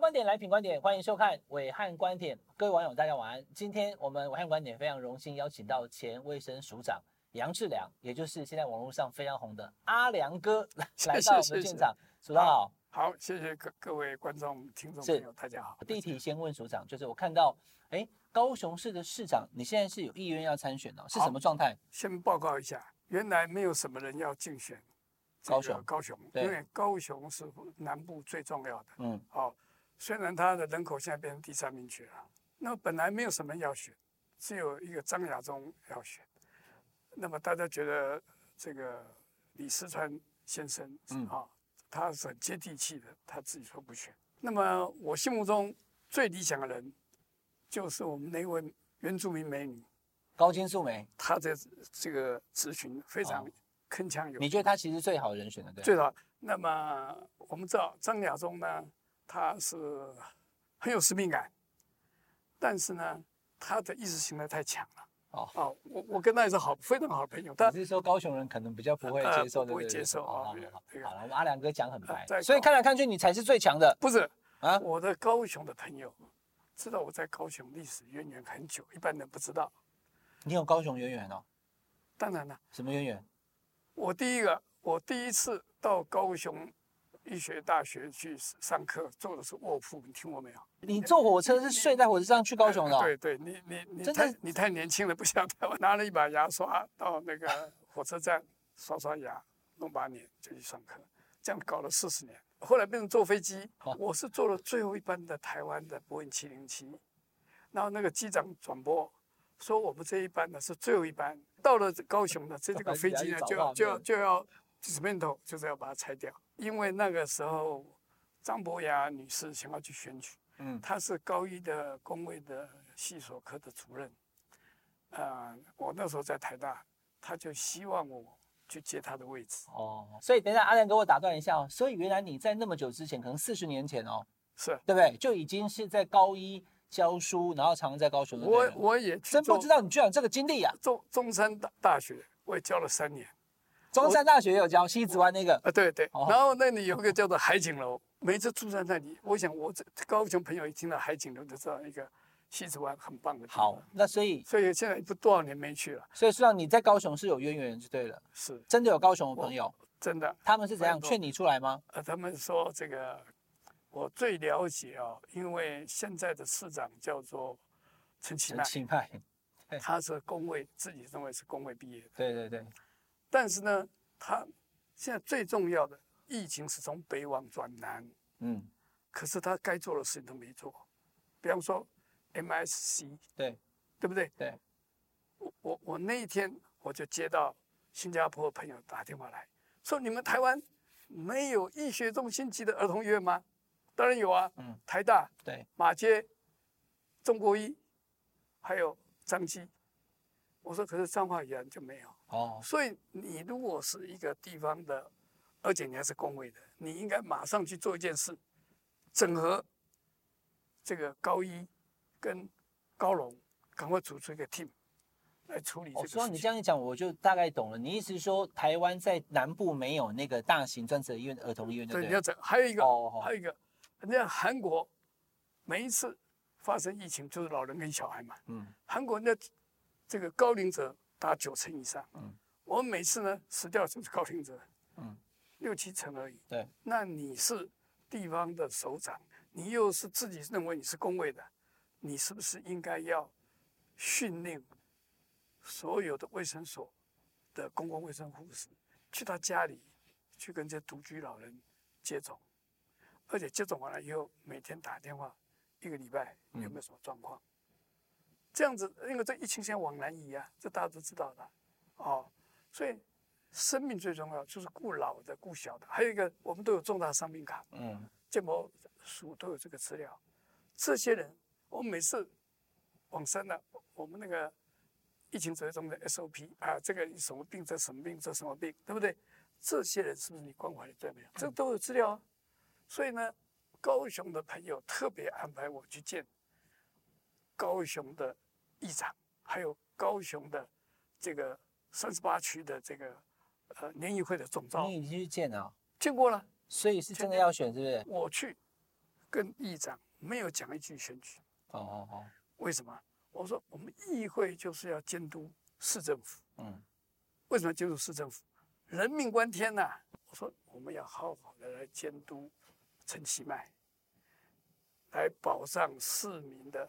观点来品观点，欢迎收看伟汉观点。各位网友，大家晚安。今天我们伟汉观点非常荣幸邀请到前卫生署长杨志良，也就是现在网络上非常红的阿良哥， 来谢来到我谢们的谢现谢场。署长好，好，谢谢各各位观众、听众是朋友，大家好。第一题先问署长，就是我看到，哎，高雄市的市长，你现在是有意愿要参选哦，是什好么状态？先报告一下，原来没有什么人要竞选这高个雄高雄，对因为高雄是南部最重要的。嗯，哦，虽然它的人口现在变成第三名区了，那本来没有什么人要选，只有一个张亚中要选。那么大家觉得这个李四川先生，嗯啊、他是很接地气的，他自己说不选。那么我心目中最理想的人，就是我们那位原住民美女，高金素梅，她在这个咨询非常哦铿锵有力你觉得他其实最好的人选的，对？最早，那么我们知道张亚中呢，他是很有使命感，但是呢，他的意识形态太强了。哦哦，我我跟他也是好非常好的朋友，但你是说高雄人可能比较不会呃接受的，不会对对接受哦好好啊好这个好这个好了，我们阿良哥讲很白，在所以高看来看去你才是最强的不是啊。我的高雄的朋友，知道我在高雄历史渊源很久，一般人不知道。你有高雄渊源哦？当然了，什么渊源？我第一个，我第一次到高雄医学大学去上课，坐的是卧铺，你听过没有？你坐火车是睡在火车上去高雄的、哦？对对，你你你真的太你太年轻了，不晓得。我拿了一把牙刷到那个火车站刷刷牙，弄把脸就去上课，这样搞了四十年。后来变成坐飞机哦，我是坐了最后一班的台湾的波音七零七，然后那个机长转播说我们这一班呢是最后一班，到了高 雄呢，这这个飞机呢还是找就画要面就要就要 dismantle，就是要把它拆掉，因为那个时候张博雅女士想要去选举。嗯，他是高一的工位的系所科的主任，呃，我那时候在台大，他就希望我去接他的位置。哦，所以等一下阿良哥，我打断一下哦。所以原来你在那么久之前，可能四十年前哦，是对不对？就已经是在高一教书，然后常常在高雄的那我个人。我也嗯去真不做知道你居然有这个经历啊！中中山大大学，我也教了三年中山大学也有教西子湾那个，啊，对对。哦然后那里有个叫做海景楼，每次住在那里，我想我这高雄朋友一听到海景楼就知道一个西子湾很棒的地方好，，那所以所以现在不多少年没去了，所以说你在高雄是有渊源就对了，是真的有高雄的朋友，真的。他们是怎样很多劝你出来吗？呃，他们说这个我最了解哦，因为现在的市长叫做陈其迈，气派，他是工位自己认为是工位毕业的，对对对，但是呢，他现在最重要的疫情是从北往转南，嗯，可是他该做的事情都没做，比方说 MSC，对对不对？对，我我我那一天我就接到新加坡的朋友打电话来说，你们台湾没有医学中心级的儿童医院吗？当然有啊，嗯，台大、对，马街、中国医，还有张基。我说，可是彰化宜兰就没有。哦，所以你如果是一个地方的，而且你还是工会的，你应该马上去做一件事，整合这个高一跟高龙，赶快组出一个 team 来处理这我个说事哦你情。这样一讲，我就大概懂了。你意思是说，台湾在南部没有那个大型专责医院、儿童医院，对不对，你对要？整。还有一个，哦哦还有一个，人家韩国每一次发生疫情就是老人跟小孩嘛，嗯，韩国人家这个高龄者达九成以上，嗯我们每次呢死掉就是高龄者，嗯，六七成而已。对，那你是地方的首长，你又是自己认为你是工位的，你是不是应该要训令所有的卫生所的公共卫生护士去他家里去跟这些独居老人接种，而且接种完了以后每天打电话，一个礼拜嗯有没有什么状况？这样子，因为这疫情现在往南移啊，这大家都知道的，哦，所以生命最重要，就是顾老的、顾小的，还有一个我们都有重大伤病卡，嗯，建模署都有这个资料。这些人，我每次往山了，我们那个疫情指挥中心的 SOP 啊，这个什么病这什么病这什么病，对不对？这些人是不是你关怀的对没有？这都有资料啊。所以呢，高雄的朋友特别安排我去见高雄的议长，还有高雄的这个三十八区的这个呃联嗯谊会的总召，你已经去见了，见过了。所以是真的要选，是不是？我去跟议长没有讲一句选举，哦哦哦，为什么？我说我们议会就是要监督市政府，嗯为什么要监督市政府？人命关天呐、我说我们要好好的来监督陈其迈，来保障市民的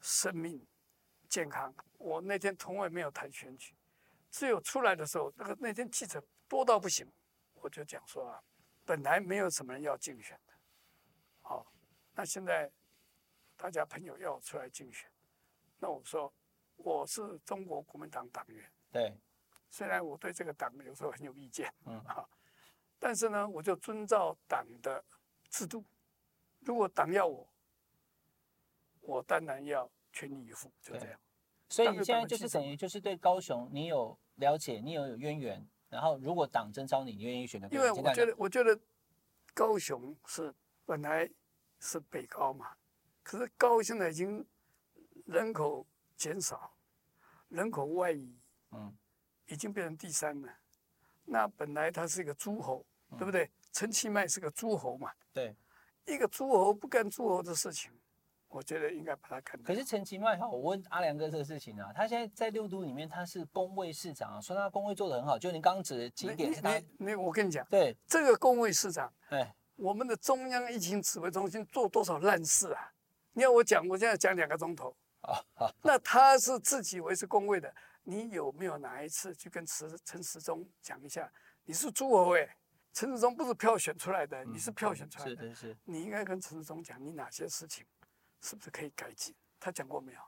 生命健康。我那天从来没有谈选举，只有出来的时候，那个那天记者多到不行，我就讲说啊，本来没有什么人要竞选的，好、那现在大家朋友要我出来竞选，那我说我是中国国民党党员。对，虽然我对这个党有时候很有意见，嗯啊，但是呢，我就遵照党的制度。如果党要我，我当然要全力以赴，就这对样。所以大你概现懂在得就清是楚等于就是对高雄你有了解，你有有渊源，然后如果党征召你，你愿意选择因高为雄这我样讲，觉得，我觉得高雄是本来是北高嘛，可是高现在已经人口减少，人口外移，嗯已经变成第三了。那本来他是一个诸侯，嗯对不对？陈其迈是个诸侯嘛，对。一个诸侯不干诸侯的事情，我觉得应该把它干掉。可是陈其迈哈，我问阿良哥这个事情啊，他现在在六都里面他是工位市长啊，说他工位做得很好，就您刚刚指的几点是他你你你，我跟你讲，对，这个工会市长，哎，我们的中央疫情指挥中心做多少烂事啊！你要我讲，我现在讲两个 钟头。啊好，那他是自己以为是工会的，你有没有哪一次去跟陈陈时中讲一下？你是诸侯哎、陈时中不是票选出来的，你是票选出来嗯是的，是是，你应该跟陈时中讲，你哪些事情是不是可以改进？他讲过没有？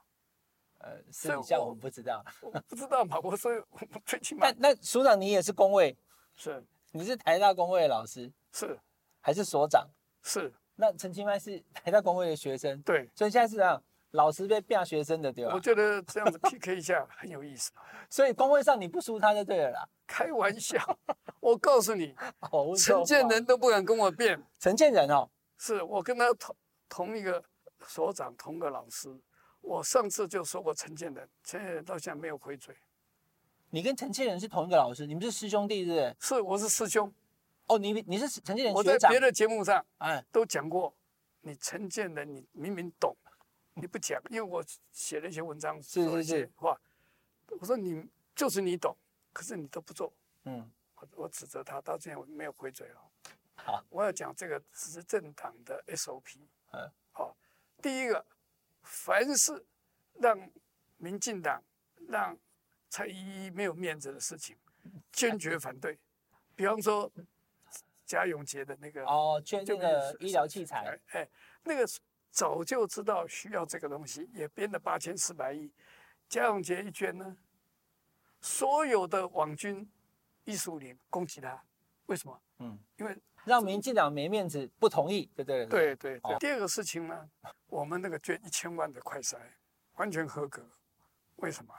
呃，私所以底下我我们不知道。我不知道嘛，我说我我最起码那那署长你也是工位，是你是台大工位的老师是还是所长？是，那陈其迈是台大工位的学生，对，所以现在是这样，老师被变学生的对啊吧我？觉得这样子 PK 一下很有意思。所以工位上你不输他就对了啦。开玩笑， 我告诉你，哦，我陈建仁都不敢跟我辩，陈建仁哦，是我跟他同同一个所长，同个老师。我上次就说过陈建仁，陈建仁到现在没有回嘴，你跟陈建仁是同一个老师，你们是师兄弟是不是？是我是师兄，哦，你你是陈建仁我学在长别，的节目上哎，都讲过，你陈建仁你明明懂，你不讲，因为我写了一些文章，是说了是一是些话，我说你就是你懂，可是你都不做，嗯，我我指责他，到现在我没有回嘴哦。好，我要讲这个执政党的 SOP。嗯，好、第一个，凡是让民进党、让蔡依依没有面子的事情，坚决反对。比方说，贾永杰的那个，哦，捐就那个医疗器材，，哎，那个早就知道需要这个东西，也编了八千四百亿。贾永杰一捐呢，所有的网军一五零攻击他，为什么？嗯，因为让民进党没面子，不同意，对对对，对对对。第二个事情呢，我们那个捐一千万的快筛完全合格，为什么？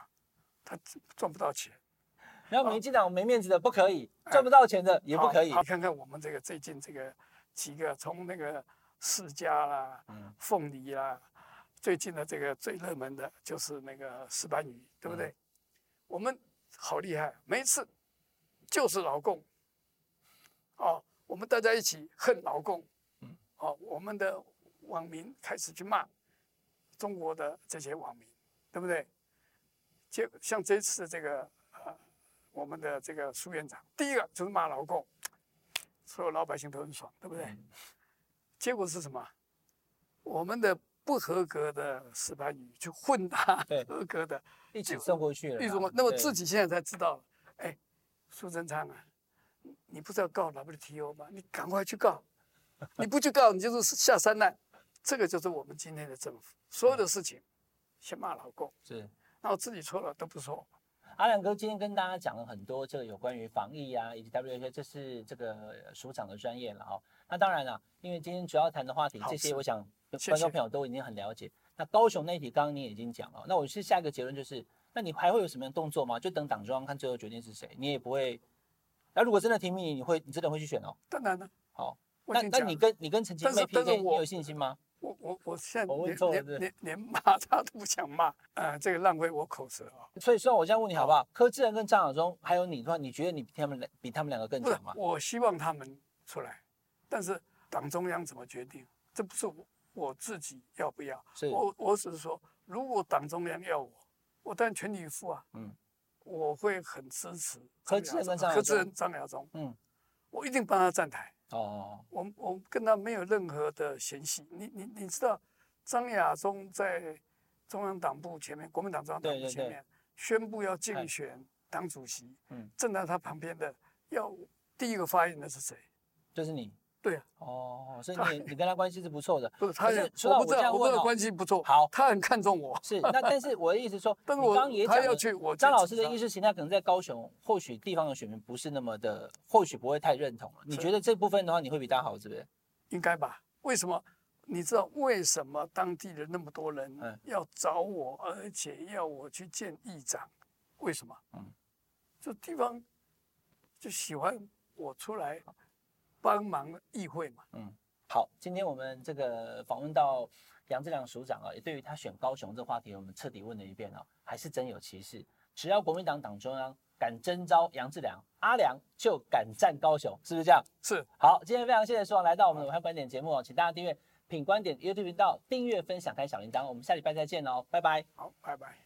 他赚不到钱，哦让民进党没面子的不可以，赚不到钱的也不可以哎好，好你看看我们这个最近这个几个，从那个世家啦、嗯凤梨啦，最近的这个最热门的就是那个石斑鱼，对不对？我们好厉害，每一次就是老共，哦，我们大家一起恨老共，嗯哦，我们的网民开始去骂中国的这些网民，对不对？结像这次的这个呃，我们的这个苏院长，第一个就是骂老共，所有老百姓都很爽，对不对？嗯结果是什么？我们的不合格的石斑鱼去混搭对 合格的，一起送过去了啦。例如我，那么对自己现在才知道，哎，苏贞昌啊，你你不是要告 WTO 吗？你赶快去告，你不去告，你就是下三滥。这个就是我们今天的政府，所有的事情先骂老公，是然后自己错了都不说。阿良哥今天跟大家讲了很多这个有关于防疫啊，以及 WHO，这是这个呃署长的专业了哦。那当然了、因为今天主要谈的话题，好这些是我想谢观众谢朋友都已经很了解。那高雄那一题刚刚你已经讲了，那我是下一个结论就是，那你还会有什么样的动作吗？就等党中央看最后决定是谁，你也不会。那如果真的提名你，你会你真的会去选哦？当然了，好，我那已经那讲你了，跟你跟陈其但是迈但是 PK，你我有信心吗？我我我现在我问连错了连对连连骂 他都不想骂，啊，这个浪费我口舌啊！所以虽然我这样问你好不好，柯志仁跟张晓忠还有你的话，你觉得你比他们两比他们两个更不是强吗，？我希望他们出来，但是党中央怎么决定？这不是我我自己要不要，是我我只是说，如果党中央要我，我当然全力以赴啊。嗯，我会很支持柯张志亚恩跟中张亚柯志中恩、张亚中，嗯，我一定帮他站台。哦，我们我们跟他没有任何的嫌隙。你你你知道，张亚中在中央党部前面，国民党中央党对部对前对面宣布要哎竞选党主席，嗯站在他旁边的要第一个发言的是谁？就是你。对啊，哦，所以他你你跟他关系是不错 的。不是他可是也，说到我不我知这道，样我问跟他哦关系不错。好他很看重我，是，那但是我的意思说， 但是你我刚刚也他讲要了，去，我去张老主师的张意识形态可能在高雄，或许地方的选民不是那么的，或许不会太认同了。你是觉得这部分的话，你会比他好，是不是？应该吧？为什么？你知道为什么当地的那么多嗯人要找我，而且要我去见议长？为什么？嗯，这地方就喜欢我出来帮忙议会嘛。好，今天我们这个访问到杨志良署长啊，也对于他选高雄这话题，我们彻底问了一遍啊，还是真有其事。只要国民党党中央敢征召杨志良，阿良就敢站高雄，是不是这样？是，好，今天非常谢谢舒王来到我们的武汉观点节目哦，请大家订阅品观点 YouTube 频道，订阅、分享、开小铃铛，我们下礼拜再见哦，拜拜。好，拜拜。